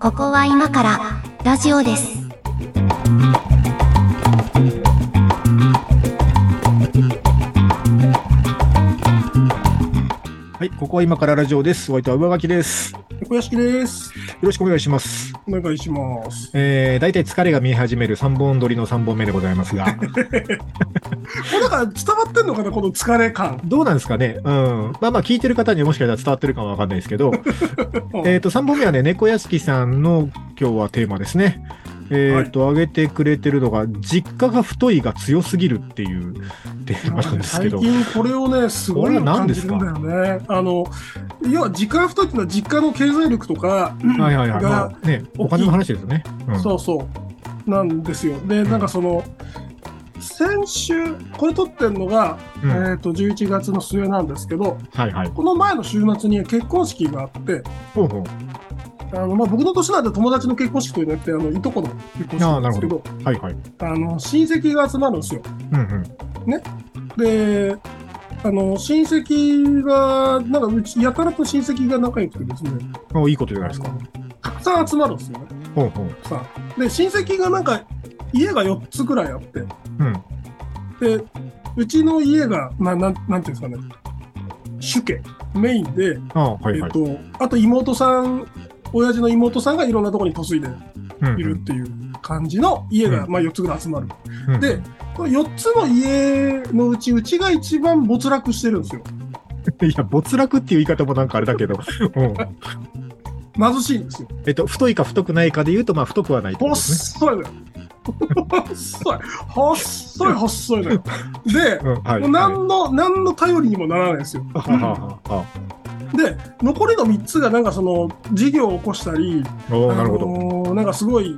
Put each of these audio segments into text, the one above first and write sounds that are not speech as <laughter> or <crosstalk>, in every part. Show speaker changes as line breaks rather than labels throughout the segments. ここは今からラジオです。
はい、ここは今からラジオです。お相手は上書きです。よ
小屋敷です。
ろしくお願いします。
お願いします。
えー、大体疲れが見え始める3本撮りの3本目でございます <laughs> が、
これだから伝わってんのかな、この疲れ感。
どうなんですかねうん。まあまあ聞いてる方にもしかしたら伝わってるかもわかんないですけど、えっと、3本目はね、猫屋敷さんの今日はテーマですね。えっと、挙げてくれてるのが、実家が太いが強すぎるっていうテーマなんですけ
最
ど、
近これをね、すごいの感じるんだよね。あの、要は時間太いっていうのは実家の経済力とか、
はいはいはい。
が
まあね、お金の話ですよね。うん
そうそう、なんですよ。で、なんかその、先週、これ撮ってんのが、
うん
えっと、11月の末なんですけど、
はいはい。
この前の週末に結婚式があって、
ほうほう。
あの、まあ、僕の年なんで友達の結婚式というのじゃなくて、あの、いとこの結婚式なんですけど、
はいはい。
あの、親戚が集まるんですよ。
うんうん。
で、あの親戚が、なんかうち、やたらと親戚が仲良くてですね、
おいいことじゃないですか。
たくさん集まるんですよね、
ほうほう。
たくさん。で、親戚がなんか、家が4つくらいあって、
うん。
で、うちの家が、ななんなんていうんですかね、主家、メインで、
ああ、はいはい。
えっと、あと妹さん、親父の妹さんがいろんなところに嫁いで
うんうん
いるっていう感じの家が、
う
まあ、4つぐらい集まる。
うん
で、この4つの家のうち、うちが一番没落してるんですよ。
いや、没落っていう言い方もなんかあれだけど、うん、
貧しいんですよ。
えっと、太いか太くないかで言うと、まあ、太くはないってことですね。
細いのよ。細い、細い、細いのよ。で、
うん、はい。
もう何の、何の頼りにもならないんですよ。
はいはははは
で、残りの3つがなんかその、事業を起こしたり、
おおなるほど。
あのーなんかすごい、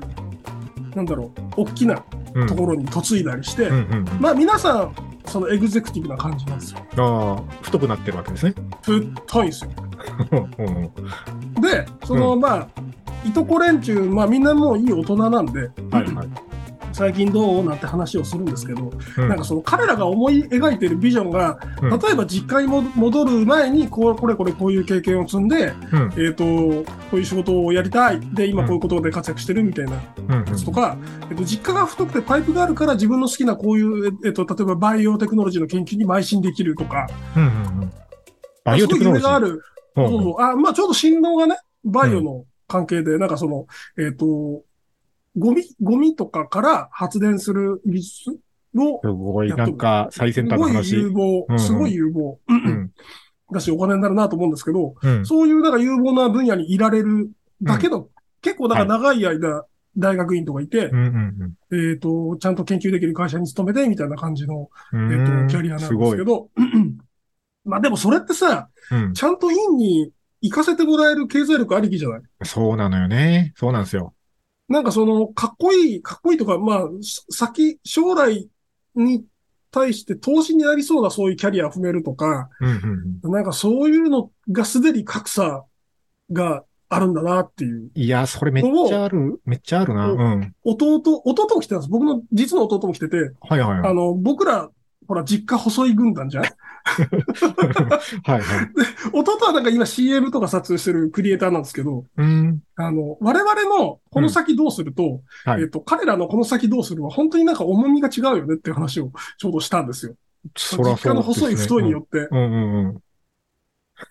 なんだろう、大きな
うん
ところに嫁いだりして、
うんうんうん。
まあ皆さん、そのエグゼクティブな感じなんですよ。
ああ、太くなってるわけですね。
太いんですよ。
うんうんうん
で、その、まあ、いとこ連中、まあみんなもういい大人なんで、
はいはい。
最近どうなんて話をするんですけど、
うん
なんかその彼らが思い描いているビジョンが、
うん
例えば実家にも戻る前にこう、これこれこういう経験を積んで、
うん
えー、とこういう仕事をやりたい、で、今こういうことで活躍してるみたいなや
うんうん
つとか、えっと実家が太くてパイプがあるから自分の好きなこういう、えっと例えばバイオテクノロジーの研究に邁進できるとか、
うんうんうんバイオテクノロジ
そういう夢があ
ー。
る。
うん
そうそうあまあ、ちょうど振動がね、バイオの関係で、なんかその、えっ、と、ゴミ、ゴミとかから発電する技術を
すごい、なんか、最先端の話。
すごい有
うんうん
望、すごい有望、
うん
だし、お金になるなと思うんですけど、
うん
そういうなんか有望な分野にいられるだけの、結構だから長い間、大学院とかいて、
うんうん
えっ、と、ちゃんと研究できる会社に勤めて、みたいな感じの、
う
えっ、
んう
と、
ん
キャリアな
す
んで
ご
す
い
け。ど、まあでもそれってさ、
うん
ちゃんと院に行かせてもらえる経済力ありきじゃない
そうなのよね。そうなんですよ。
なんかその、かっこいい、かっこいいとか、まあ、し先、将来に対して投資になりそうなそういうキャリアを踏めるとか、
うんうんうん
なんかそういうのがすでに格差があるんだなっていう。
いや、それめっちゃある、めっちゃあるな。
う
うん。
弟、弟も来てたんです。僕の実の弟も来てて、
はいはいは
あ
い。
の、僕ら、ほら、実家細い <laughs> 軍団じゃん。
はい <laughs> はい。
弟はなんか今 CM とか撮影してるクリエイターなんですけど、
うん。
あの、我々のこの先どうすると、
はい
えっ、と、彼らのこの先どうするは本当になんか重みが違うよねっていう話をちょうどしたんですよ。
そら
実家
そう
の
ですね
細い太いによって、っ
うんうんうん。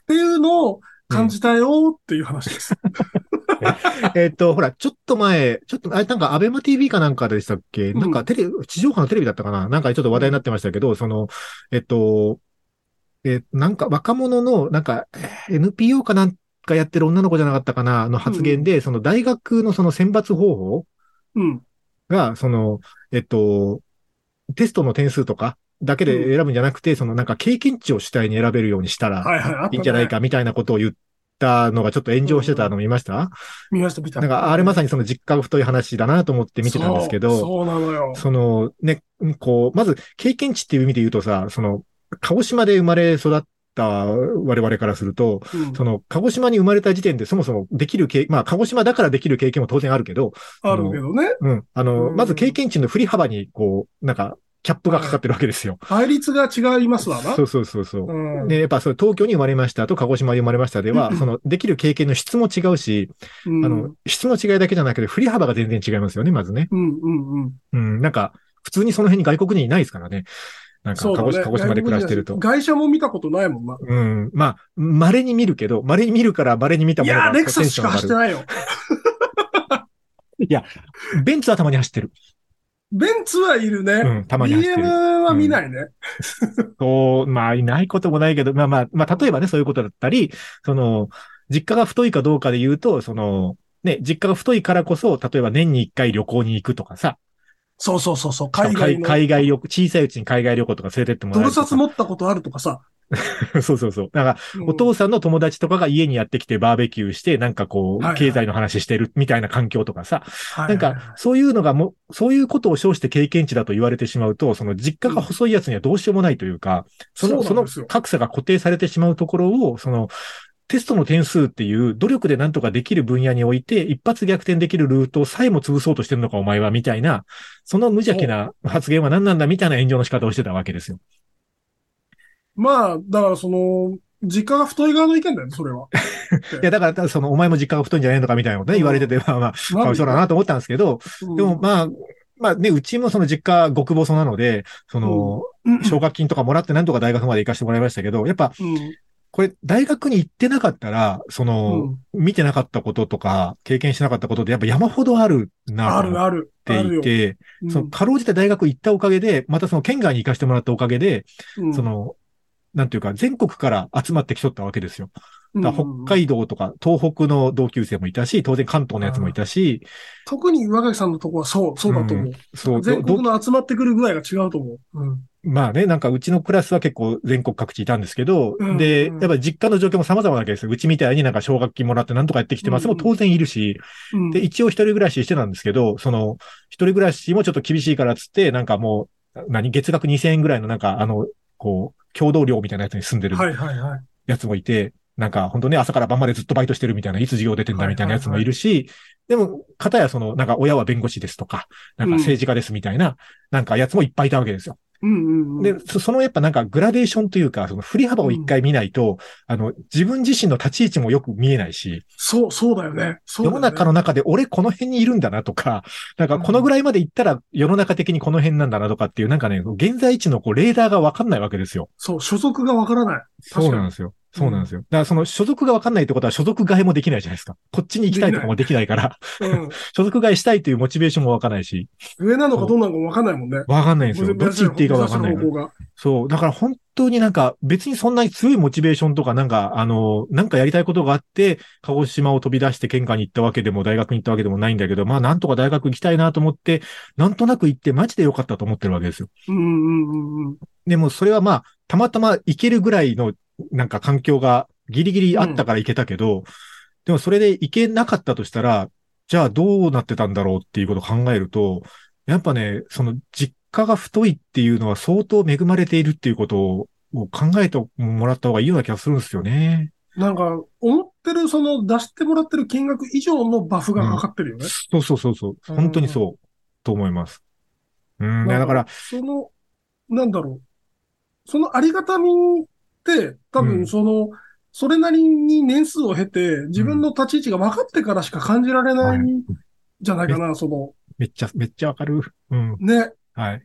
ていうのを感じたよっていう話です。
<laughs> えっと、ほら、ちょっと前、ちょっと、あれ、なんか、アベマ TV かなんかでしたっけ、
ん
なんか、テレビ、地上波のテレビだったかななんか、ちょっと話題になってましたけど、その、えっと、え、なんか、若者の、なんか、えー NPO かなんかやってる女の子じゃなかったかなの発言で、その、大学のその選抜方法
うん。
が、その、えっと、テストの点数とかだけで選ぶんじゃなくて、その、なんか、経験値を主体に選べるようにしたら、
はいはい。あったね
いいんじゃない。かみたいなことを言ったのがちょっと炎上してたの見ました、
見ました、見た。
なんかあれまさにその実家が太い話だなと思って見てたんですけど、
そう
そ
そうなのよ。
のね、こう、まず経験値っていう意味で言うとさ、その、鹿児島で生まれ育った我々からすると、
うん
その、鹿児島に生まれた時点でそもそもできる経、まあ、鹿児島だからできる経験も当然あるけど、
あるけどね。
うん。あの、
うん
まず経験値の振り幅に、こう、なんか、キャップがかかってるわけですよ。
倍率が違いますわな。
そうそうそうそう。
うん
で、やっぱそう、東京に生まれましたと鹿児島で生まれましたでは、その、できる経験の質も違うし、
うん
あの、質の違いだけじゃなくて、振り幅が全然違いますよね、まずね。
うんうんうん。
うん、なんか、普通にその辺に外国人いないですからね。なんか、
そう
鹿
だ
児
ね。
鹿児島で暮らしてると。
外車も見たことないもんな。
うん、まあ、稀に見るけど、稀に見るから稀に見た
い
もの
や
が
ー、レクサスしか
テン
走
ショ
っ
ン
て
上が
ないよ。
るいや、ベンツはたまに走ってる。
ベンツはいる
う
ね。
ん、たまに走って
BM
る。
は見ないね。
そう、まあ、いないこともないけど、まあまあ、まあ、例えばね、そういうことだったり、その、実家が太いかどうかで言うと、その、ね、実家が太いからこそ、例えば年に一回旅行に行くとかさ、
そうそうそうそう。海外の。
海外旅行、小さいうちに海外旅行とか連れてってもらえ
ド
る
ル
とか。
札持ったことあるとかさ。
<laughs> そうそうそう。なんか、お父さんの友達とかが家にやってきてバーベキューして、なんかこ
はいうは、い
経済の話してるみたいな環境とかさ、
さ
なんか、そういうのがもう、そういうことを称して経験値だと言われてしまうと、その実家が細いやつにはどうしようもないというか、その、
そ
そう
なん
の
ですよ
格差が固定されてしまうところを、その、テストの点数っていう努力でなんとかできる分野において、一発逆転できるルートさえも潰そうとしてるのか、お前は、みたいな、その無邪気な発言は何なんだ、みたいな炎上の仕方をしてたわけですよ。
まあ、だからその、実家が太い側の意見だよね、それは。
いや、だから、その、お前も実家が太いんじゃないのか、みたいなことね、言われてて、ま <laughs> あまあ、かわいそうだなと思ったんですけど、
うん
でも、まあ、まあね、うちもその実家極細なので、その、
うん
奨学金とかもらってなんとか大学まで行かせてもらいましたけど、やっぱ
うん
これ大学に行ってなかったら、その、
うん
見てなかったこととか、経験しなかったことでやっぱ山ほどあるな
あ
と
る
思っ
ある。あ
て
る
い
よ。
て、
うん
その、かろうじて大学行ったおかげで、またその県外に行かせてもらったおかげで、
うん
そ、の、なんていうか、全国から集まってきとったわけですよ。
うん
だから北海道とか東北の同級生もいたし、当然関東のやつもいたし、
特に岩垣さんのとこはそう、そうだと思う。
そう、
全
ど
国の集まってくる具合が違うと思う。うん
まあね、なんかうちのクラスは結構全国各地いたんですけど、
うん
で、
う
や
ん
っぱり実家の状況も様々なわけですよ。うちみたいになんか奨学金もらってなんとかやってきてます、
うんうん
も当然いるし、
うん
で、一応一人暮らししてたんですけど、その、一人暮らしもちょっと厳しいからっつって、なんかもう、何、月額2000円ぐらいのなんか、あの、こう、共同寮みたいなやつに住んでる
はいはいはい。
やつもいて、なんか本当ね、朝から晩までずっとバイトしてるみたいな、いつ授業出てんだみたいなやつもいるし、でも、かたやその、なんか親は弁護士ですとか、なんか政治家ですみたいな、なんかやつもいっぱいいたわけですよ。
うんうんうん。
で、そそのやっぱなんかグラデーションというか、その振り幅を一回見ないと、あの、自分自身の立ち位置もよく見えないし、
そう、そうだよね。そうだ
世の
よね
中の中で俺この辺にいるんだなとか、なんかこのぐらいまで行ったら世の中的にこの辺なんだなとかっていう、なんかね、現在地のこうレーダーがわかんないわけですよ。
そう、所属がわからない。
そうなんですよ。そうなんですよ。だからその所属がわかんないってことは所属替えもできないじゃないですか。こっちに行きたいとかもできないから、
うん。
所属替えしたいというモチベーションもわかんないし、
上なのかどうなのかわかんないもんね。
わかんないんですよ。どっち行っていいかわかんない
目
か
指
ら
す方。向が
そう。だから本当になんか別にそんなに強いモチベーションとかなんか、あの、なんかやりたいことがあって、鹿児島を飛び出して県外に行ったわけでも大学に行ったわけでもないんだけど、まあなんとか大学行きたいなと思って、なんとなく行ってマジで良かったと思ってるわけですよ。
うんうんうんうん。
でもそれはまあ、たまたま行けるぐらいのなんか環境がギリギリあったから行けたけど、でもそれで行けなかったとしたら、じゃあどうなってたんだろうっていうことを考えると、やっぱね、その実家が太いっていうのは相当恵まれているっていうことを考えてもらった方がいいような気がするんですよね。
なんか、思ってる、その、出してもらってる金額以上のバフがかかってるよね。
そうそうそうそう。本当にそう。と思います。うん、いやだから、
その、なんだろう。そのありがたみって、多
う
分
ん
その、それなりに年数を経て、自分の立ち位置が分かってからしか感じられないんじゃないかな、その、
めっちゃ、めっちゃわかる。うん。
ね。
はい。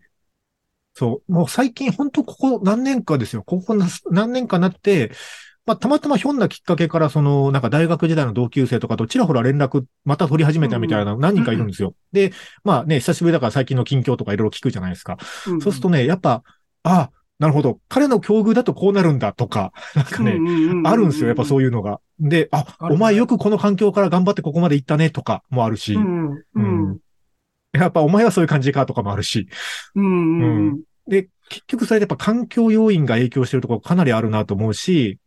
そう。もう最近、本当ここ何年かですよ。ここな何年かなって、まあ、たまたまひょんなきっかけから、その、なんか大学時代の同級生とかとちらほら連絡、また取り始めたみたいな何人かいるんですよ。で、まあね、久しぶりだから最近の近況とかいろいろ聞くじゃないですか。
うん
そうするとね、やっぱ、あなるほど。彼の境遇だとこうなるんだとか、 <laughs> なんかね、あるんですよ。やっぱそう
いう
いうのが。で、あ、
ある
お前よくこの環境から頑張ってここまで行ったねとかもあるし、
うん。うんうんうん。
やっぱお前はそういう感じかとかもあるし、
うんうんうん。
で、結局それでやっぱ環境要因が影響してるところかなりあるなと思うし、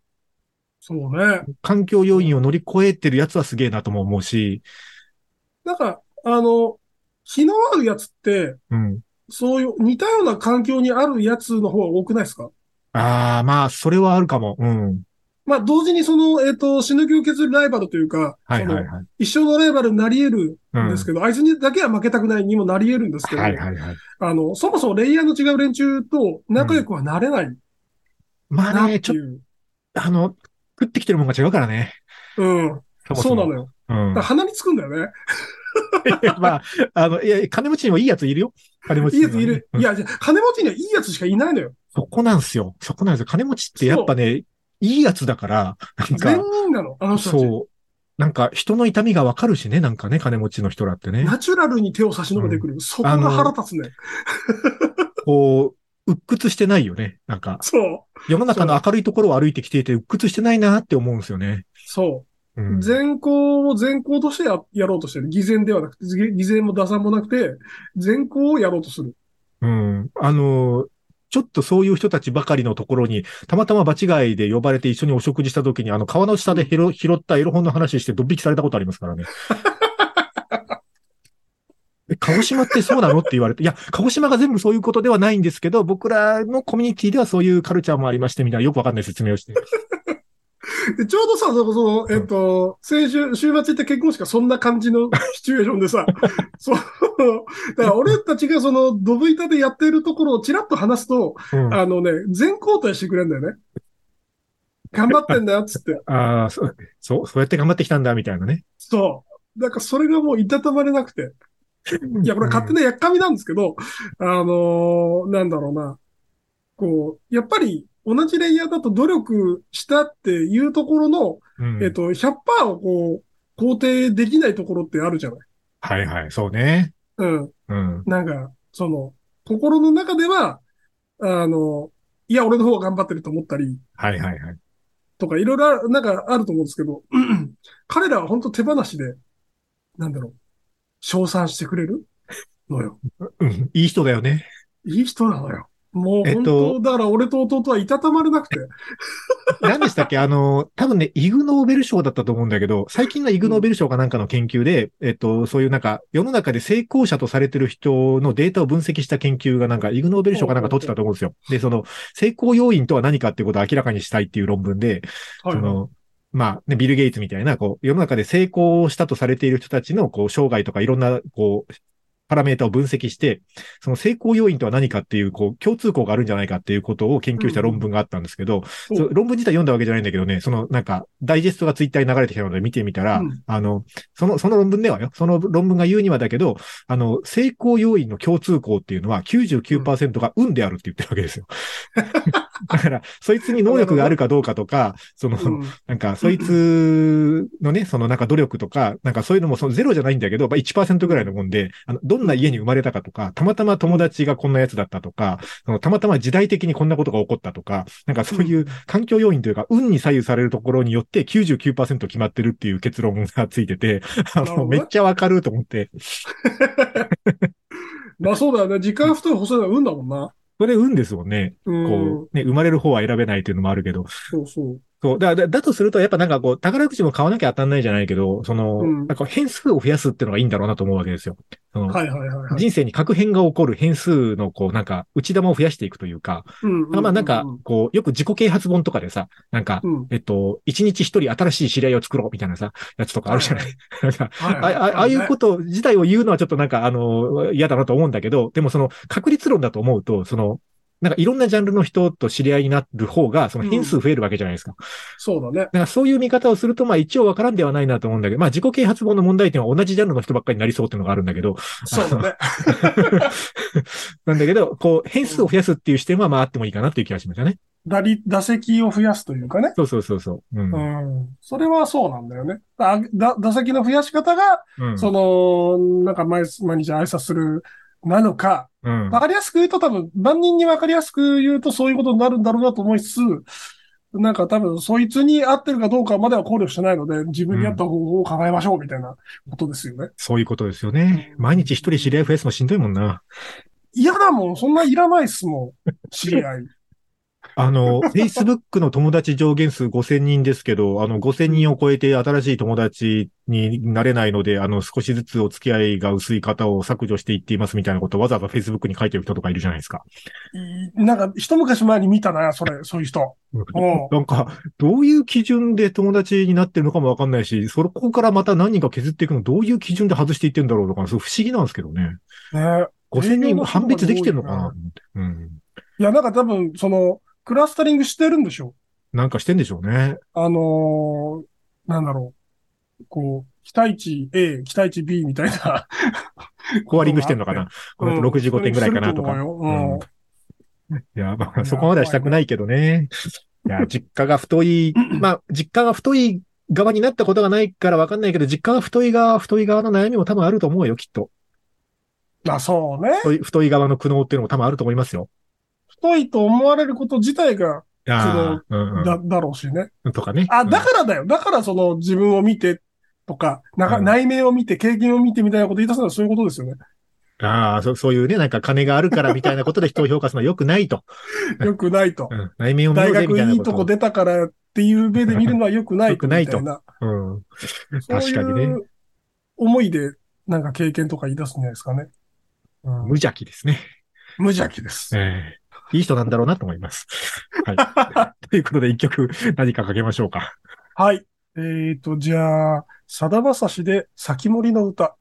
そうね。
環境要因を乗り越えてるやつはすげえなとも思うし、
なんか、あの、気の合うやつって、
うん。
そういう、似たような環境にあるやつの方が多くないですか
ああ、まあ、それはあるかも。うん。
まあ、同時にその、えっ、と、死ぬ気を削るライバルというか、
はいはい
その
はい。
一生のライバルになり得る
うん
んですけど、あいつにだけは負けたくないにもなり得るんですけど、
はいはいはい。
あの、そもそもレイヤーの違う連中と仲良くはなれない
まあ
な
ね、
っ
ち
て
ょっ
いう。
と、あの、食ってきてるもんが違うからね。
うん。
も
そう
も
なのよ。
う
だ
ん <laughs>
から。鼻につくんだよね。
いやまあ、あの、いや、金持ちにもいいやついるよ。金持ちに
いいや
は
つ
ね
いる。
うん
いや、じゃあ金持ちにはいいやつしかいないのよ。
そこなんですよ。そこなんですよ。金持ちってやっぱね、いいやつだから、なん
全
か、
員なの、あの人たち。
そう。なんか、人の痛みがわかるしね、なんかね、金持ちの人らってね。
ナチュラルに手を差し伸べてくる。そこが腹立つね。
こう、鬱屈してないよね。なんか、
そう。
世の中の明るいところを歩いてきていて、鬱屈してないなって思うんですよね。
そうう。
ん。
善行を善行としてややろうとしてる。偽善ではなくて、偽偽善も打算もなくて、善行をやろうとする。
うん。あの、ちょっとそういう人たちばかりのところに、たまたま場違いで呼ばれて一緒にお食事した時に、あの、川の下で拾拾ったエロ本の話してドン引きされたことありますから
<laughs>
ね。え鹿児島ってそうなのって言われて、いや、鹿児島が全部そういうことではないんですけど、僕らのコミュニティではそういうカルチャーもありまして、みたいなよくわかんない説明をして。
で、ちょうどさ、そこその、えっと、先週、週末行った結婚式がそんな感じのシチュエーションでさ、そう、だから俺たちがその、ドブ板でやってるところをちらっと話すと、
うん
あのね、全交代してくれるんだよね。頑張ってんだよ、つって。
ああ、そう、そう、そうやって頑張ってきたんだ、みたいなね。
そう。だからそれがもういたたまれなくて。いや、これ勝手なやっかみなんですけど、あのーなんだろうな。こう、やっぱり同じレイヤーだと努力したっていうところの、
うん。
えっと、100%をこう、肯定できないところってあるじゃない。
はいはい、そうね。
うん。
うん。
なんか、その、心の中では、あの、いや、俺の方が頑張ってると思ったり、
はいはいはい。
とか、いろいろある、なんかあると思うんですけど、彼らは本当手放しで、なんだろう、称賛してくれるのよ。
うん、いい人だよね。 <laughs>
いい人なのよ。もう
えっ
本
と
当、だから俺と弟はいたたまれなくて。
何でしたっけあの、多分ね、イグノーベル賞だったと思うんだけど、最近のイグノーベル賞かなんかの研究で、えっと、そういうなんか、世の中で成功者とされてる人のデータを分析した研究がなんか、イグノーベル賞かなんか取ってたと思うんですよ。で、その、成功要因とは何かってことを明らかにしたいっていう論文で、
はい
その、まあ、ね、ビル・ゲイツみたいな、こう、世の中で成功したとされている人たちの、こう、生涯とかいろんな、こう、パラメータを分析して、その成功要因とは何かっていう、こう、共通項があるんじゃないかっていうことを研究した論文があったんですけど、
うん
そう論文自体読んだわけじゃないんだけどね、その、なんか、ダイジェストがツイッターに流れてきたので見てみたら、
うん
あの、その、その論文ではよ、その論文が言うにはだけど、あの、成功要因の共通項っていうのは99%が運であるって言ってるわけですよ。だから、そいつに能力があるかどうかとか、その、
うん
なんか、そいつのね、そのなんか努力とか、なんかそういうのもそのゼロじゃないんだけど、まあ1%ぐらいのもんで、あの、どんな家に生まれたかとか、たまたま友達がこんなやつだったとか、そのたまたま時代的にこんなことが起こったとか、なんかそういう環境要因というか、運に左右されるところによって99%決まってるっていう結論がついてて、あ
なるほ
の、
ど
め
ね
っちゃわかると思って、
まあそうだよね。時間太い細いのは運だもんな。
それ運ですもんね。
うん。
こう、ね、生まれる方は選べないっていうのもあるけど、
そうそう。
そう。だ、だ、だとすると、やっぱなんかこう、宝くじも買わなきゃ当たんないじゃないけど、その、
うん
なんか変数を増やすっていうのがいいんだろうなと思うわけですよ。その、
はいはいはいはい。
人生に確変が起こる変数の、こう、なんか、内玉を増やしていくというか、まあなんか
うう、
こう、よく自己啓発本とかでさ、なんか、
うん。
えっと、一日一人新しい知り合いを作ろうみたいなさ、やつとかあるじゃない。なんか、
はい
あ
はい
あああいうこと自体を言うのはちょっとなんか、あの、嫌だなと思うんだけど、でもその確率論だと思うと、その、なんかいろんなジャンルの人と知り合いになる方が、その変数増えるわけじゃないですか。
そう
<laughs>
だね。
だからそういう見方をすると、まあ一応わからんではないなと思うんだけど、まあ自己啓発本の問題点は同じジャンルの人ばっかりになりそうっていうのがあるんだけど、
そうだね。
なんだけど、こう変数を増やすっていう視点はまああってもいいかなっていう気がしましたね。
打率打席を増やすというかね。
そうそうそうそう。うん。
う
うん
ん。それはそうなんだよね。だだ打席の増やし方が、その、なんか毎毎日挨拶する、なのか、
うん
わかりやすく言うと多分、万人にわかりやすく言うとそういうことになるんだろうなと思いつつ、なんか多分、そいつに合ってるかどうかまでは考慮してないので、自分に合った方法を考えましょうみたいなことですよね。
そういうことですよね。毎日一人知り合い増やすのしんどいもんな。
嫌だもん、そんないらないっすもん、知り合い。
あ <laughs> の、Facebook の友達上限数5000人ですけど、あの、5000人を超えて新しい友達になれないので、あの、少しずつお付き合いが薄い方を削除していっていますみたいなことをわざわざ Facebook に書いてる人とかいるじゃないですか。
なんか、一昔前に見たな、それ、そういう人。おう
なんか、どういう基準で友達になってるのかもわかんないし、そこからまた何人か削っていくの、どういう基準で外していってるんだろうとか、そう不思議なんですけどね。
ね
5000人判別できてるのかなと思って。うん。
いや、なんか多分、その、クラスタリングしてるんでしょ
なんかしてんでしょうね。
あのーなんだろう。こう、期待値 A、期待値 B みたいな。
<laughs> コアリングしてんのかなこの後65点ぐらいかなとか。
うんしてる思うようん
いや、まあ、そこまではしたくないけどね。いや、実家が太 <laughs> い、まあ、実家が太い側になったことがないからわかんないけど、実家が太い側、太い側の悩みも多分あると思うよ、きっと。
まあそうね。
太い太い側の苦悩っていうのも多分あると思いますよ。
太いと思われること自体が、
ああ、
だ
う、
だろうしね。
ん、とかね。
あ、だ
ら、
からだよ。だからその自分を見てとか、なか
うん
内面を見て、経験を見てみたいなこと言い出すのはそういうこと
<laughs>
ですよね。
ああそ、そういうね、なんか金があるからみたいなことで人を評価するのは良くない
<laughs>
と。
よくないと
う。ん、内面を見よ
大
うぜみ
学
たい
い
ないことと。
こ出たからっていう目で見るのはよくない。
よくないと
みたな
うん、
そう
確かに
い
ね。
う思いで、なんか経験とか言い出すんじゃないですかね。うん
無邪気ですね。
無邪気です。 <laughs>
ええいい人なんだろうなと思います。はい。ということで、一曲何かかけましょうか。
はい。えーと、じゃあ、さだまさしで、先森の歌。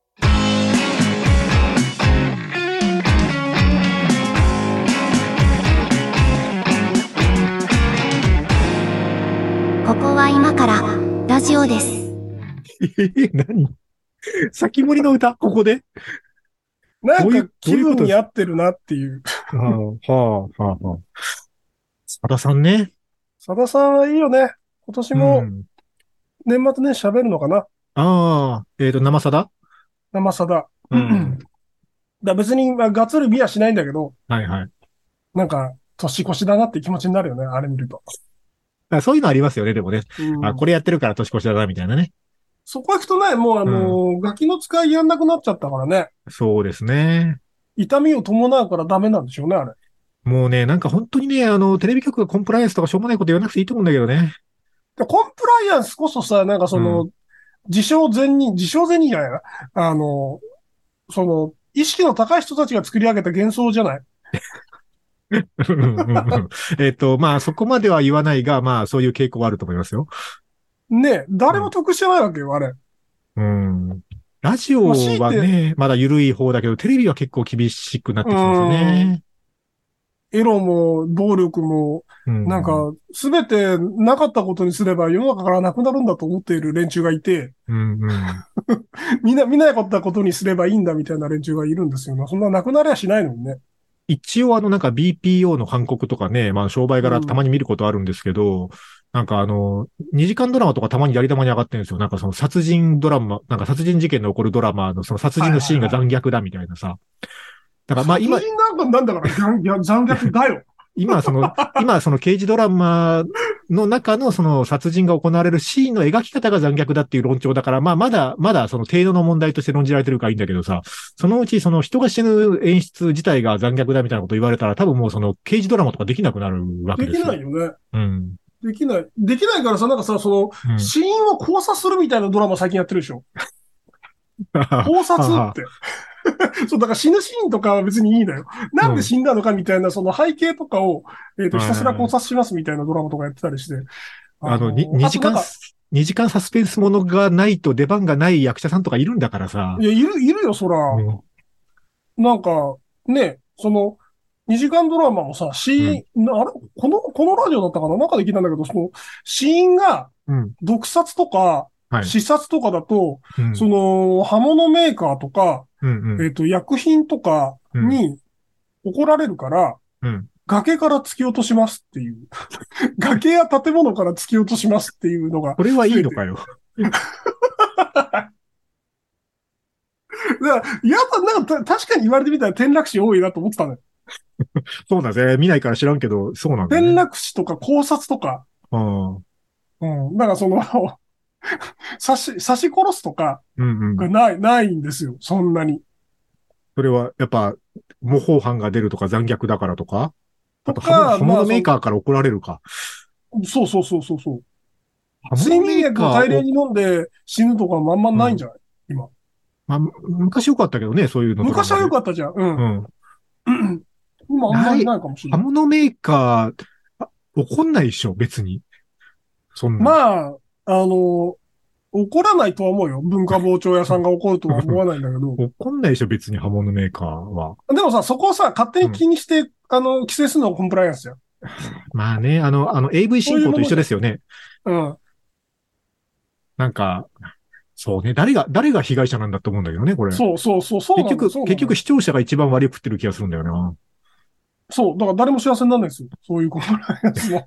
ここは今からラジオです。
ええ何先森の歌ここで
な
ど
ん
うい
か
う
気
どういうこ
分
とです
に合ってるなっていう。
はあ、はあ、はあ。さださんね。
さださんはいいよね。今年
う
も
ん
年末年始喋るのかな。
ああ、えっ、と、生さだ
生さだ。
う
うん。だ別に、まあ、がっつり見はしないんだけど、
はいはい
なんか、年越しだなって気持ちになるよね。あれ見ると。
あ。そういうのありますよね、でもね。
うん
あ、これやってるから年越しだな、みたいなね。
そこは人ない。もうあのーガキの使いやんなくなっちゃったからね。
そうですね。
痛みを伴うからダメなんでしょうね、あれ。
もうね、なんか本当にね、あの、テレビ局がコンプライアンスとかしょうもないこと言わなくていいと思うんだけど <laughs> ね。
でコンプライアンスこそさ、なんかその、自称善人、自称善人じゃないな。あのーその、意識の高い人たちが作り上げた幻想じゃない。
うんうんうんえっと、まあ、そこまでは言わないが、まあ、そういう傾向はあると思いますよ。
ねえ誰も得してないわけよ、あれ。
うん。ラジオ
まあ
は
強い
ね、まだ緩い方だけど、テレビは結構厳しくなってきてますよね。
エロも、暴力も、
うん
なんか、すべてなかったことにすれば世の中からなくなるんだと思っている連中がいて、
うんうん。
みんな見なかったことにすればいいんだみたいな連中がいるんですよね。そんななくなりゃしないのにね。
一応あのなんか BPO の韓国とかね、まあ商売柄
うん
たまに見ることあるんですけど、なんかあの、2時間ドラマとかたまにやり玉に上がってるんですよ。なんかその殺人ドラマ、なんか殺人事件の起こるドラマのその殺人のシーンが残虐だみたいなさ。だからまあ今
殺、人なんかなんだから残虐残虐だ
<laughs>
よ。
今そ
<laughs>
の、今その刑事ドラマの中のその殺人が行われるシーンの描き方が残虐だっていう論調だから、まあまだ、まだその程度の問題として論じられてるからいいんだけどさ、そのうちその人が死ぬ演出自体が残虐だみたいなこと言われたら、多分もうその刑事ドラマとかできなくなるわけ
で
です
き
よ。
ないよね。
うん。
できない。できないからさ、なんかさ、そ
うん
の、死因を考察するみたいなドラマ最近やってるでしょ。
<laughs>
考察って。 <laughs> そう、だから死ぬシーンとかは別にいいのよ。なんで死んだのかみたいな、その背景とかを、えっ、と、
うん
ひたすら考察しますみたいなドラマとかやってたりして。
あの、に2時
あと
間
なんか、
2時間サスペンスものがないと出番がない役者さんとかいるんだからさ
い。や、いる、いるよ、そら。
うん
なんか、ね、その、2時間ドラマもさ、死因、あれこの、このラジオだったかな中で聞いたんだけど、その、死因が、
うん。
毒殺とか、
はい。
視察とかだと、
うん
その、刃物メーカーとか、
うんう
え
ん
っ、と、薬品とかに怒られるから、
うん
崖から突き落としますっていう。 <laughs> 崖や建物から突き落としますっていうのが。
これはいいのかよ。
だからやっぱなんかた確かに言われてみたら転落死多いなと思ってたのよ。
そうだぜ。見ないから知らんけど、そうなんだ、ね。
転落死とか考察とか、
うん。
うん。だからその、 <laughs> 刺し、刺し殺すとか
うんう
が
ん。
ない、ないんですよ。そんなに。
それは、やっぱ、模倣犯が出るとか残虐だからとかあと、
とか
刃物刃物メーカーから怒られるか。
そうそうそうそうそう。
刃
睡
物
眠
メー
薬
カ
を大量
ーを
に飲んで死ぬとかもあんまないんじゃない、
まあ、む昔よかったけどね、そういうのとか。
昔は良
っ
かったじゃん。う
た
ん。
うん。
<laughs> 今あんまりないかもしれな
刃
い。
物メーカー、あ怒んないでしょ、別に。そんな。あ、
まあ、あの、怒らないとは思うよ。文化包丁屋さんが怒るとは思わないんだけど。
怒んないでしょ、別に刃物メーカーは。
でもさ、そこをさ、勝手に気にして、あの、規制するのはコンプライアンスじゃん。
まあね、あの、あの、AV 進行と一緒ですよね。
うん。
なんか、そうね、誰が、誰が被害者なんだと思うんだけどね、これ。
そうそうそう、そうなん
結
だ
局、
そうなんだ
結局視聴者が一番割り食ってる気がするんだよな。
そう、だから誰も幸せにならないですよ。そういうコンプライアンスの。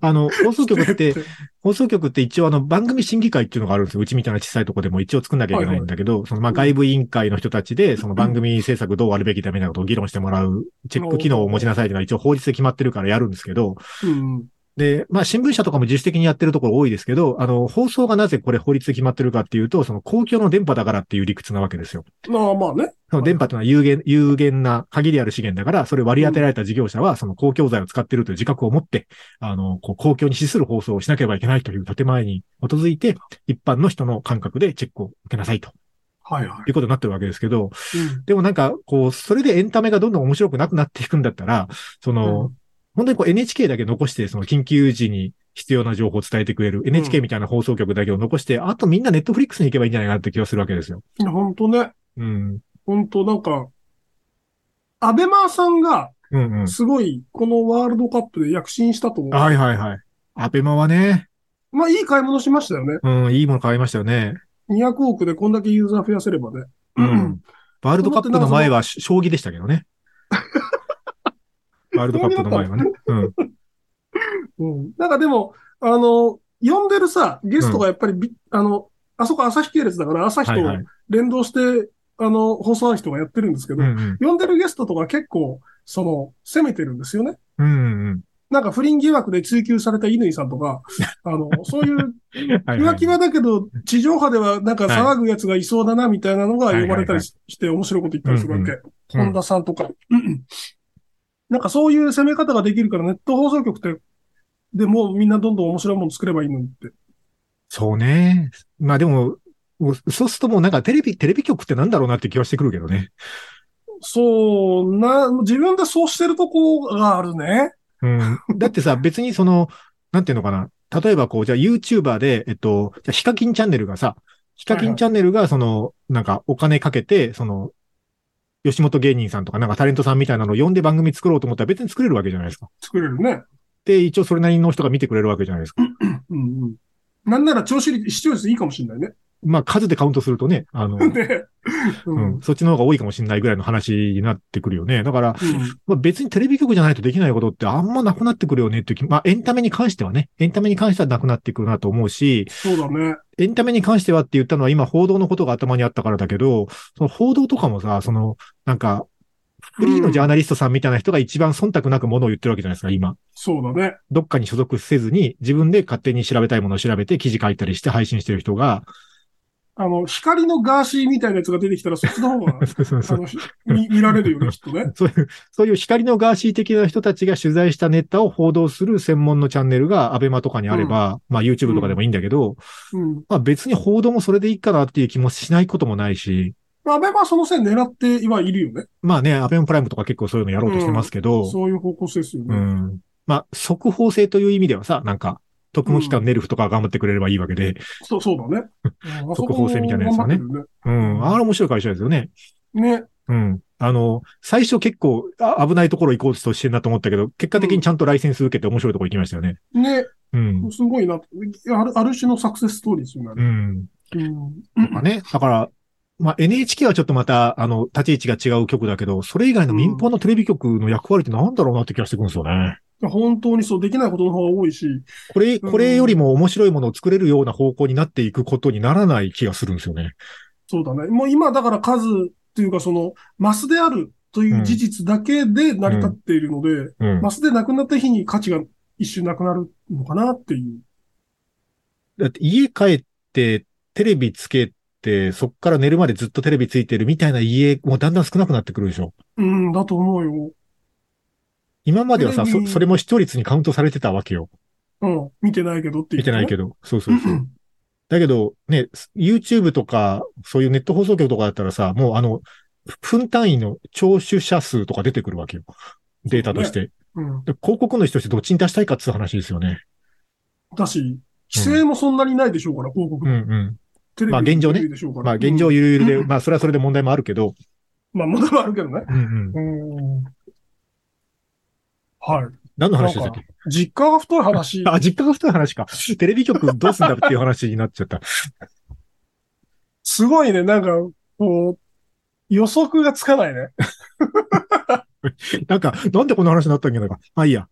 あの、放送局っ
<laughs>
て、
で
放送局って一応あの番組審議会っていうのがあるんですよ。うちみたいな小さいとこでも一応作んなきゃいけないんだけど、そのまあ外部委員会の人たちで、その番組制作どうあるべきだみたいなことを議論してもらう、チェック機能を持ちなさいっていうのは一応法律で決まってるからやるんですけど、
うん。
で、まあ新聞社とかも自主的にやってるところ多いですけど、あの、放送がなぜこれ法律で決まってるかっていうと、その公共の電波だからっていう理屈なわけですよ。
まあまあね。
その電波というのは有限、有限な限りある資源だから、それを割り当てられた事業者は、その公共財を使っているという自覚を持って、あの、こう公共に資する放送をしなければいけないという建前に基づいて、一般の人の感覚でチェックを受けなさいと
はいはい
いうことになってるわけですけど、
い。
でもなんか、こう、それでエンタメがどんどん面白くなくなっていくんだったら、その、
うん
本当にこう NHK だけ残して、その緊急時に必要な情報を伝えてくれる NHK みたいな放送局だけを残して、あとみんなネットフリックスに行けばいいんじゃないかなって気がするわけですよ。
いや、ほんとね。
うん。
ほんとなんか、アベマーさんが、
うんうん。
すごい、このワールドカップで躍進したと思う。
はいはいはい。アベマはね、
まあ、いい買い物しましたよね。
うん、いいもの買いましたよね。
200億でこんだけユーザー増やせればね。うん。
ワールドカップの前はし将棋でしたけど
<laughs>
ね。ワールドカップの前はね。うん。
うん。なんかでも、あの、呼んでるさ、ゲストがやっぱりび、あの、あそこ朝日系列だから、朝日
はいは
と
い。
連動して、あの、放送の人がやってるんですけ
う
ど、
ん
呼んでるゲストとか結構、その、攻めてるんですよね。
うん。うん
なんか不倫疑惑で追及された乾さん
<laughs>
とか、あの、そういう
うん。はいは
浮
い
気はだけど、地上波ではなんか騒ぐやつがいそうだな、みたいなのが呼ばれたりしして面白いこと言ったりするわ
う
け。
うん
本田さんとか。なんかそういう攻め方ができるから、ネット放送局って、でもうみんなどんどん面白いもの作ればいいのにって。
そうね。まあでも、もうそうするともうなんかテレビ、テレビ局ってなんだろうなって気はしてくるけどね。
そうな、自分でそうしてるとこがあるね。
うん。だってさ、別にその、なんていうのかな。例えばこう、じゃあ YouTuber で、えっと、じゃあヒカキンチャンネルがさ、ヒカキンチャンネルがその、なんかお金かけて、その、吉本芸人さんとかなんかタレントさんみたいなのを呼んで番組作ろうと思ったら別に作れるわけじゃないですか。
作れるね。
で、一応それなりの人が見てくれるわけじゃないですか。
うんうん。なんなら調子率、視聴率いいかもしれないね。 <laughs>
まあ数でカウントするとね、あの、
で、う。
うんん、そっちの方が多いかもしれないぐらいの話になってくるよね。だから、
うん
まあ、別にテレビ局じゃないとできないことってあんまなくなってくるよねっていう気、まあエンタメに関してはね、エンタメに関してはなくなってくるなと思うし、
そうだね。
エンタメに関してはって言ったのは今報道のことが頭にあったからだけど、その報道とかもさ、その、なんか、フリーのジャーナリストさんみたいな人が一番忖度なくものを言ってるわけじゃないですか、今。
そうだね。
どっかに所属せずに、自分で勝手に調べたいものを調べて記事書いたりして配信してる人
<laughs>
が、、
あの、光のガーシーみたいなやつが出てきたら、そっちの方
<laughs>
が
そうそうそ
あ
う
の、ひ見見られるよね、きっとね。
そういう、そういう光のガーシー的な人たちが取材したネタを報道する専門のチャンネルがアベマとかにあれば、まあ YouTube とかでもいいんだけど、
うん。
まあ別に報道もそれでいいかなっていう気もしないこともないし、
まあ、アベマはその線狙ってはいるよね。
まあね、アベマプライムとか結構そういうのやろうとしてますけど、
そういう方向性ですよ
う
ね。
ん。まあ、速報性という意味ではさ、なんか、特務機関ネルフとかが頑張ってくれればいいわけで、
そう、そうだね。
<laughs>
うんあそこ
特報制みたいなやつだね
頑張って
うん。あれ面白い会社ですよね。
るね。ね。
うん。あの、最初結構あ危ないところ行こうとしてんなと思ったけど、結果的にちゃんとライセンス受けて面白いところ行きましたよね。
ね。
うん。
すごいな。ある、ある種のサクセスストーリーですよ
う
ね。
ん。
うん。
まあね、だから、まあ NHK はちょっとまた、あの、立ち位置が違う局だけど、それ以外の民放のテレビ局の役割ってなんだろうなって気がしてくるんですよね。
<laughs> 本当にそう、できないことの方が多いし、
これ、これよりも面白いものを作れるような方向になっていくことにならない気がするんですよね。
そうだね。もう今、だから数っていうか、その、マスであるという事実だけで成り立っているので、
うん。
マスでなくなった日に価値が一瞬なくなるのかなっていう。
だって家帰ってテレビつけて、そっから寝るまでずっとテレビついてるみたいな家、もうだんだん少なくなってくるでしょ。
うん、だと思うよ。
今まではさ、
テレ
そ
ビ
それも視聴率にカウントされてたわけよ。
うん。見てないけどっていう、
見てないけ
ど。
ど。そうそうそう。だけど、ね、YouTube とか、そういうネット放送局とかだったらさ、もうあの、分単位の聴取者数とか出てくるわけよ。データとして。
うん。
で広告主としてどっちに出したいかっていう話ですよね。
だし、規制もそんなにないでしょうから、広告
うんうん。
テレビ
まあ現状ね
テレビでしょうから
まあ現状
うん
ゆるゆるで、
うん
まあそれはそれで問題もあるけど、
まあ問題はあるけどね。
うんうん。
うん。は
何の話でしたっけ
い。実家が太い話。
<laughs> あ、実家が太い話か。テレビ局どうすんだろうっていう話になっちゃ
<laughs>
った。
すごいね、なんか、こう、予測がつかないね。
なんか、なんでこの話になったんやろか。まあいいや。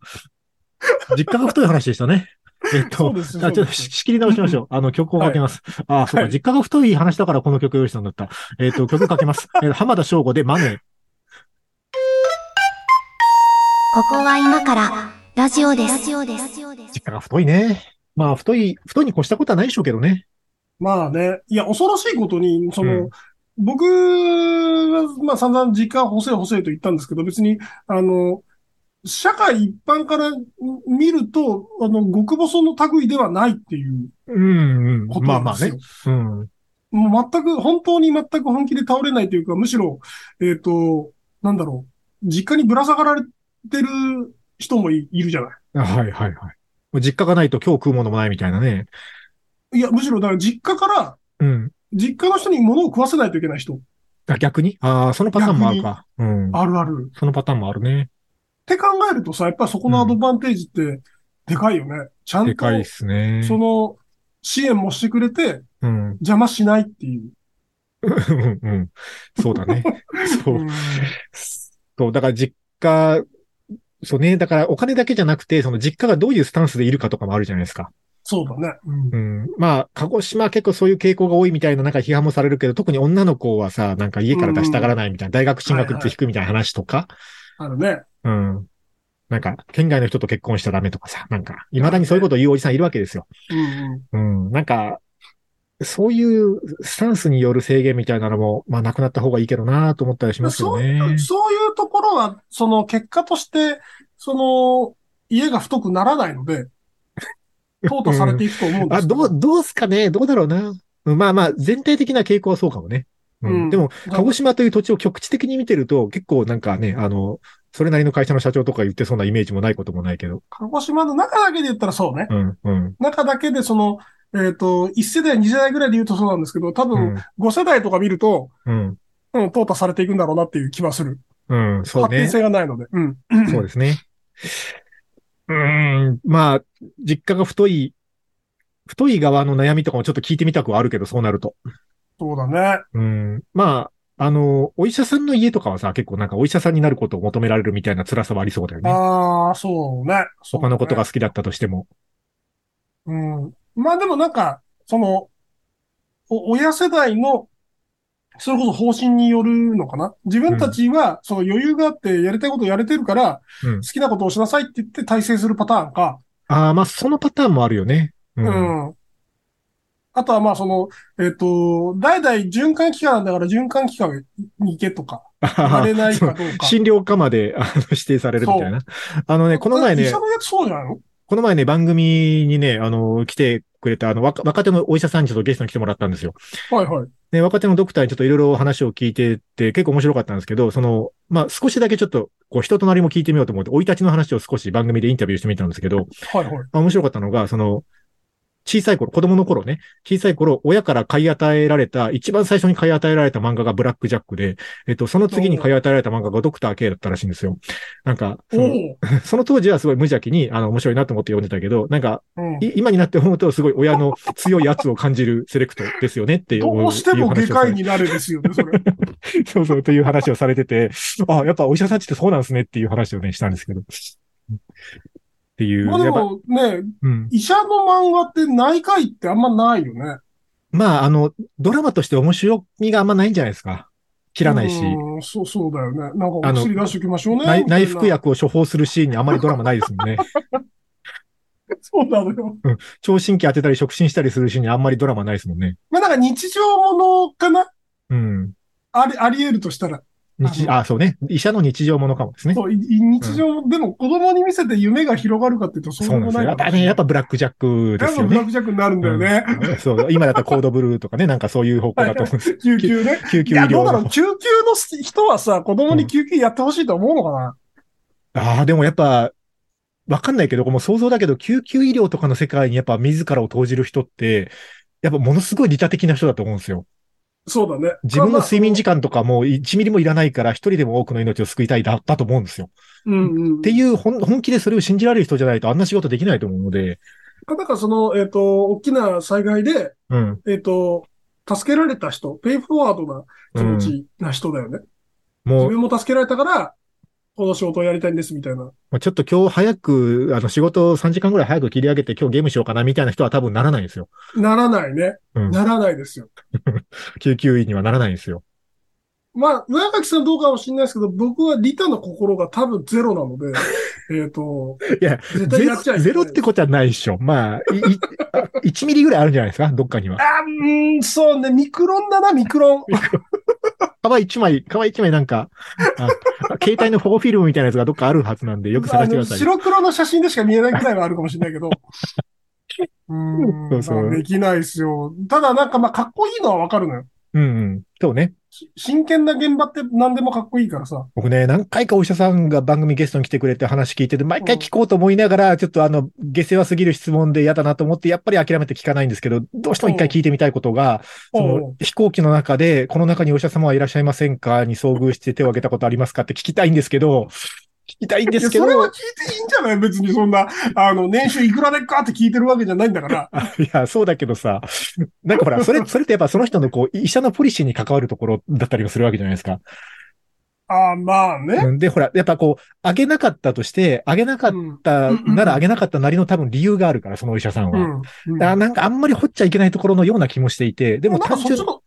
実家が太い話でした
<laughs>
ね。えっ
そう
と、
です。
あち
そ
ょっと
うです
し仕切り直しましょう。あの、曲をかけます。あそうか、
はい
実家が太い話だからこの曲用意したんだった。えっ、と、曲かけ
<laughs>
ます。えー浜田省吾でマネー。
ここは今からラジオです。ラジオです。
実家が太いね。まあ、太い、太いに越したことはないでしょうけどね。
まあね、いや、恐ろしいことに、その、
うん
僕は、まあ散々実家補正補正と言ったんですけど、別に、あの、社会一般から見ると、あの、極細の類ではないっていう
うん、うん
こ。と
ま
な
あ
ん
まあ
ですよ。
ね。うん。
もう全く、本当に全く本気で倒れないというか、むしろ、えっと、なんだろう、実家にぶら下がられてる人もいいるじゃない。
あはいはいはい。もう実家がないと今日食うものもないみたいなね。
いや、むしろ、だから実家から、
うん。
実家の人に物を食わせないといけない人。
あ逆にああ、そのパターンもあるか。うん。
あるある。
そのパターンもあるね。
って考えるとさ、やっぱりそこのアドバンテージって、でかいよね。ちゃん
で
と
か、いっすね。
その、支援もしてくれて、
うん。
邪魔しないっていう。
うんうん。そうだね。そうう。
ん
そう、だから実家、そうね、だからお金だけじゃなくて、その実家がどういうスタンスでいるかとかもあるじゃないですか。
そうだね。うん
うん。まあ、鹿児島は結構そういう傾向が多いみたいな、なんか批判もされるけど、特に女の子はさ、なんか家から出したがらないみたいな、大学進学って引くみたいな話とか、
あるね。
うん。なんか、県外の人と結婚しちゃダメとかさ、なんか、未だにそういうことを言うおじさんいるわけですよ。
うんうん。
うん。なんか、そういうスタンスによる制限みたいなのも、まあ、なくなった方がいいけどなと思ったりしますよね。
そういうところは、その結果として、その、家が太くならないの
<laughs>
で、淘汰されていくと思うんで
あ、
す
どう、どうすかねどうだろうな。うんまあまあ、全体的な傾向はそうかもね。うん。
うん
でも、
う
鹿児島という土地を局地的に見てると、結構なんかね、あの、それなりの会社の社長とか言ってそうなイメージもないこともないけど。
鹿児島の中だけで言ったらそうね。
うん、うん。
中だけでその、えっ、と、1世代、2世代ぐらいで言うとそうなんですけど、多
う
分、
ん、
5世代とか見ると、
うん。
うん、淘汰されていくんだろうなっていう気はする。
うん、そう
発展
ね。
性がないので。うん。
そうですね。うーん、まあ、実家が太い、太い側の悩みとかもちょっと聞いてみたくはあるけど、そうなると。
<clears throat> そうだね。
うん。まあ、あの、お医者さんの家とかはさ、結構なんかお医者さんになることを求められるみたいな辛さはありそうだよね。
ああ、そうね。そう
他のこと
ね
が好きだったとしても。
うん。まあでもなんか、その、お親世代の、それこそ方針によるのかな。自分たちは、その余裕があって、やりたいことをやれてるから、
うん
好きなことをしなさいって言って体制するパターンか。
ああ、まあ、そのパターンもあるよね。う。
うんん。あとはまあその、えっと、代々循環器官なんだから循環器官に行けとか、言われな
<laughs>
いかどうか。
診療科まであの指定されるみたいな。あのね、この前
医
ね
者、のやつそうじゃないの
この前ね、番組にね、あの、来てくれた、あの、若若手のお医者さんにちょっとゲストに来てもらったんですよ。
はいはい。
で、若手のドクターにちょっといろいろ話を聞いてて、結構面白かったんですけど、その、まあ、少しだけちょっと、こう、人となりも聞いてみようと思って、生い立ちの話を少し番組でインタビューしてみたんですけど、
はいはい。
まあ面白かったのが、その、小さい頃、子供の頃ね、小さい頃、親から買い与えられた、一番最初に買い与えられた漫画がブラックジャックで、えっと、その次に買い与えられた漫画がドクター K だったらしいんですよ。なんか、そ
お
の <laughs> その当時はすごい無邪気に、あの、面白いなと思って読んでたけど、なんか、
お、うん
い今になって思うと、すごい親の強い圧を感じるセレクトですよねっていう。
どうしても
いう話を
外
さ
科
れ
医になるですよね、それ。
そうそう、という話をされてて、あ、やっぱお医者さんちってそうなんですねっていう話をね、したんですけど。って <laughs> いう。
まあで
やっぱ
もね、
うん。
医者の漫画って内科医ってあんまないよね。
まあ、あの、ドラマとして面白みがあんまないんじゃないですか。切らないし。
うんそう、そうだよね。なんかお
あの
薬出しておきましょう
内
ね。みたい
内
な
服。薬を処方するシーンにあまりドラマないですもん
<laughs>
ね。
そうなのよ。
聴診器当てたり触診したりするシーンにあんまりドラマないですもんね。
まあなんか日常ものかな
うん。
あり、あり得るとしたら。
日、あ、そうね。医者の日常ものかもですね。
そう、い日常、でも子供に見せて夢が広がるかっていうとそう
そ
で
うなん
も
です
ない
よ。やっぱ
から
ね、やっぱブラックジャックです
やっぱ
よ
ブラッ
ね
ク。ジャックになるんだよね。
<laughs> そう、今だったらコードブルーとかね、なんかそういう方向だと思うんです。
救急ね。
救
い
急医
や、ど
療
うだろ
の
う。救急の人はさ、子供に救急やってほしいと思うのかな、
ああ、でもやっぱ、わかんないけど、もう想像だけど、救急医療とかの世界にやっぱ自らを投じる人って、やっぱものすごい利他的な人だと思うんですよ。
そうだね。
自分の睡眠
時
時間とかも1ミリもいらないから、一人でも多くの命を救いたいだったと思うんですよ。
間。うんうん。
っていう本、本気でそれを信じられる人じゃないと、あんな仕事できないと思うので、
だからその、えっ、と、大きな災害で、
うん。
えっ、と、助けられた人、ペイフォワードな気
うん
持ちな人だよね。
も
自
う、
分も助けられたから、この仕事をやりたいんです、みたいな。
もうちょっと今日早く、あの、仕事を3時間ぐらい早く切り上げて、今日ゲームしようかなみたいな人は多分ならないんですよ。
ならないね。
うん
ならないですよ。
救急医にはならないんですよ。
まあ、上垣さんどうかもしれないですけど、僕はリタの心が多分ゼロな
<laughs>
ので、えっと、
いや、
絶対
ゼ
やっちゃ
ロ
いけない
ゼロってことはないでしょ。まあ、いい1ミリぐらいあるんじゃないですか、どっかには。
あー、うーん、そうね、ミクロンだな、ミクロン。
皮1枚、皮1枚なんか、あ携帯の保護フィルムみたいなやつがどっかあるはずなんで、よく探してくださ
あの
い。
白黒の写真でしか見えないくらいはあるかもしれな
<laughs>
いけど。うーん、
そうそう
まあできないですよ。ただなんかまあ、かっこいいのはわかるのよ。
うんうん。そうね。
し真剣な現場って何でもかっこいいからさ。
僕ね、何回かお医者さんが番組ゲストに来てくれて話聞いてて、毎回聞こうと思いながら、ちょっとあの、下世話すぎる質問で嫌だなと思って、やっぱり諦めて聞かないんですけど、どうしても一回聞いてみたいことが、そ
お
の飛行機の中で、この中にお医者様はいらっしゃいませんかに遭遇して手を挙げたことありますかって聞きたいんですけど、聞きたいん
い
で
や
すけ
そ
ど、
れは聞いていいんじゃない別にそんな、あの、年収いくらでっかって聞いてるわけじゃないんだから。
<laughs> いや、そうだけどさ、なんかほら、
<laughs>
それ、それってやっぱその人のこう、医者のポリシーに関わるところだったりもするわけじゃないですか。
あーまあね。
で、ほら、やっぱこう、あげなかったとして、あげなかっ
うん。
た
うん
ならあげなかったなりの多分理由があるから、そのお医者さん
う
は。
ん。
あなんかあんまり掘っちゃいけないところのような気もしていて、で
で
も
もなんか
単
そっ
純
ち、の、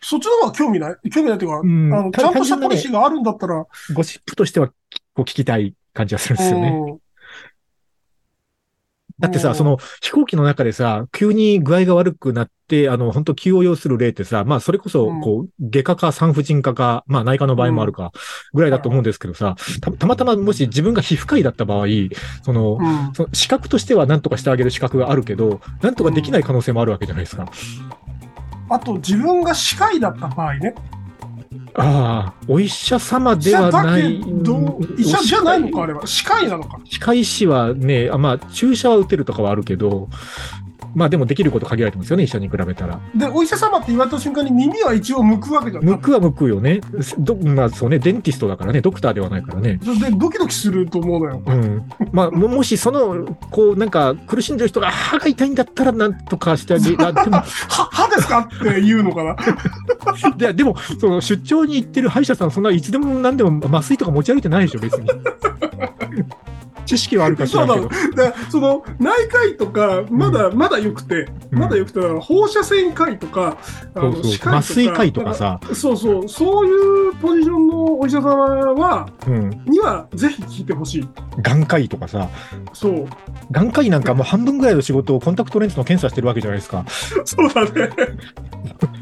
そっちの方が興味ない興味ないっていうか、
うん
あの、ち
単
ゃんとし
単純
た
なね
ポリシーがあるんだったら、
ゴシップとしては、こう聞きたい感じがするんですよね。
うん
だって
う
さ、
ん
その飛行機の中でさ、急に具合が悪くなって、あの、本当急を要する例ってさ、まあ、それこそ、
うん
こう、外科か産婦人科か、まあ、内科の場合もあるか、ぐらいだと思うんですけどさ、たたまたまもし自分が皮膚科医だった場合、その、
うん
その資格としては何とかしてあげる資格があるけど、何とかできない可能性もあるわけじゃないですか。
あと、自分が歯科医だった場合ね。
ああ、お医者様
医
で
者
はな
だけ
い。
ど、医者じゃないのか、あれは。歯科医なのか。
歯科医師はね、あまあ、注射は打てるとかはあるけど、まあでもできること限られてますよね、医者に比べたら。
で、お医者様って言われた瞬間に耳は一応向くわけじゃん。
向くは向くよね。どまあそうね、デンティストだからね、ドクターではないからね。
で、ドキドキすると思うのよ。
うん。まあ、ももしその、こう、なんか、苦しんでる人が歯が痛いんだったら、なんとかしてあ
<laughs>
げ、あでも
は、歯ですかって言うのかな。 <laughs>
ででも、その出張に行ってる歯医者さん、そんないつでも何でも麻酔とか持ち歩いてないでしょ、別
<laughs>
に。知識はあるかしらんけど。
だからその、内科医とか、まだ、まだ良くて、
うん
まだ良くて、だから放射線科医とか、あ
そ
の
う
歯
そう
科医
麻酔科医とか。さ、
だらそうそう、そういうポジションのお医者様は、
うん、
には、ぜひ聞いてほしい。
眼科医とかさ、 <laughs>
そう。
眼科医なんかもう半分ぐらいの仕事をコンタクトレンズの検査してるわけじゃないですか。
そうだね。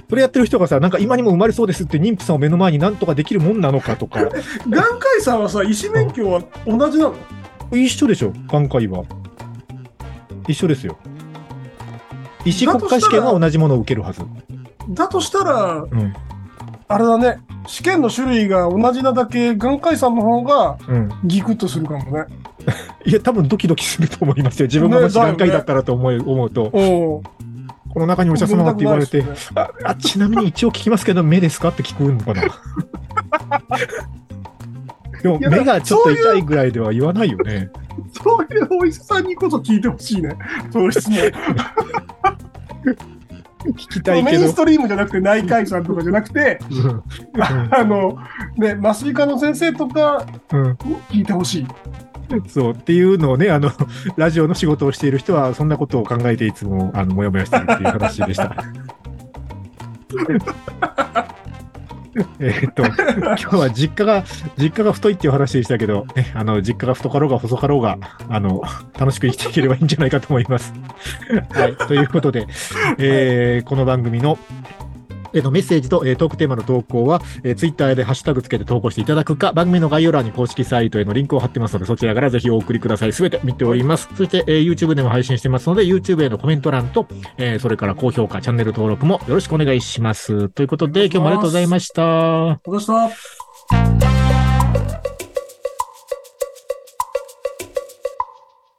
それやってる人がさ、なんか今にも生まれそうですって妊婦さんを目の前になんとかできるもんなのかとか、
眼科医さんはさ、医師免許は同じなの
一緒でしょ、眼科医は。一緒ですよ。医師国家試験は同じものを受けるはず。
だとしたら、
うん。
あれだね、試験の種類が同じなだけ、眼科医さんの方が
うん。
ギクッとするかもね。
いや、多分ドキドキすると思いますよ。自分がもし眼科医だったらと思い思うと、
おお。
この中にお医者様がって言われて
僕、見たくないですね
ああちなみに一応聞きますけど、目ですかって聞くのかな。でも、
いやだ
目がちょっと痛いぐらいでは言わないよね。
そういうお医者さんにこそ聞いてほしいね。そういう質問。
聞きたい
メ
け
イン
ど
ス。トリームじゃなくて、内科医さんとかじゃなくて、
うん
あの、ね、麻酔科の先生とか
うん、
に聞いてほしい。
<laughs> そうっていうのをねあのラジオの仕事をしている人はそんなことを考えていつもあのモヤモヤしてるっていう話でしたえーっと <laughs> 今日は実家が実家が太いっていう話でしたけど、ね、あの実家が太かろうが細かろうがあの楽しく生きていければいいんじゃないか <laughs> と思います。はい、ということで、えーこの番組のえーとメッセージと、えートークテーマの投稿は、えー、ツイッターでハッシュタグつけて投稿していただくか、番組の概要欄に公式サイトへのリンクを貼ってますので、そちらからぜひお送りください。すべて見ております。そして、えー YouTube でも配信してますので、YouTube へのコメント欄と、えーそれから高評価、チャンネル登録もよろしくお願いします。ということで、今日もありがとうございました。
どうでした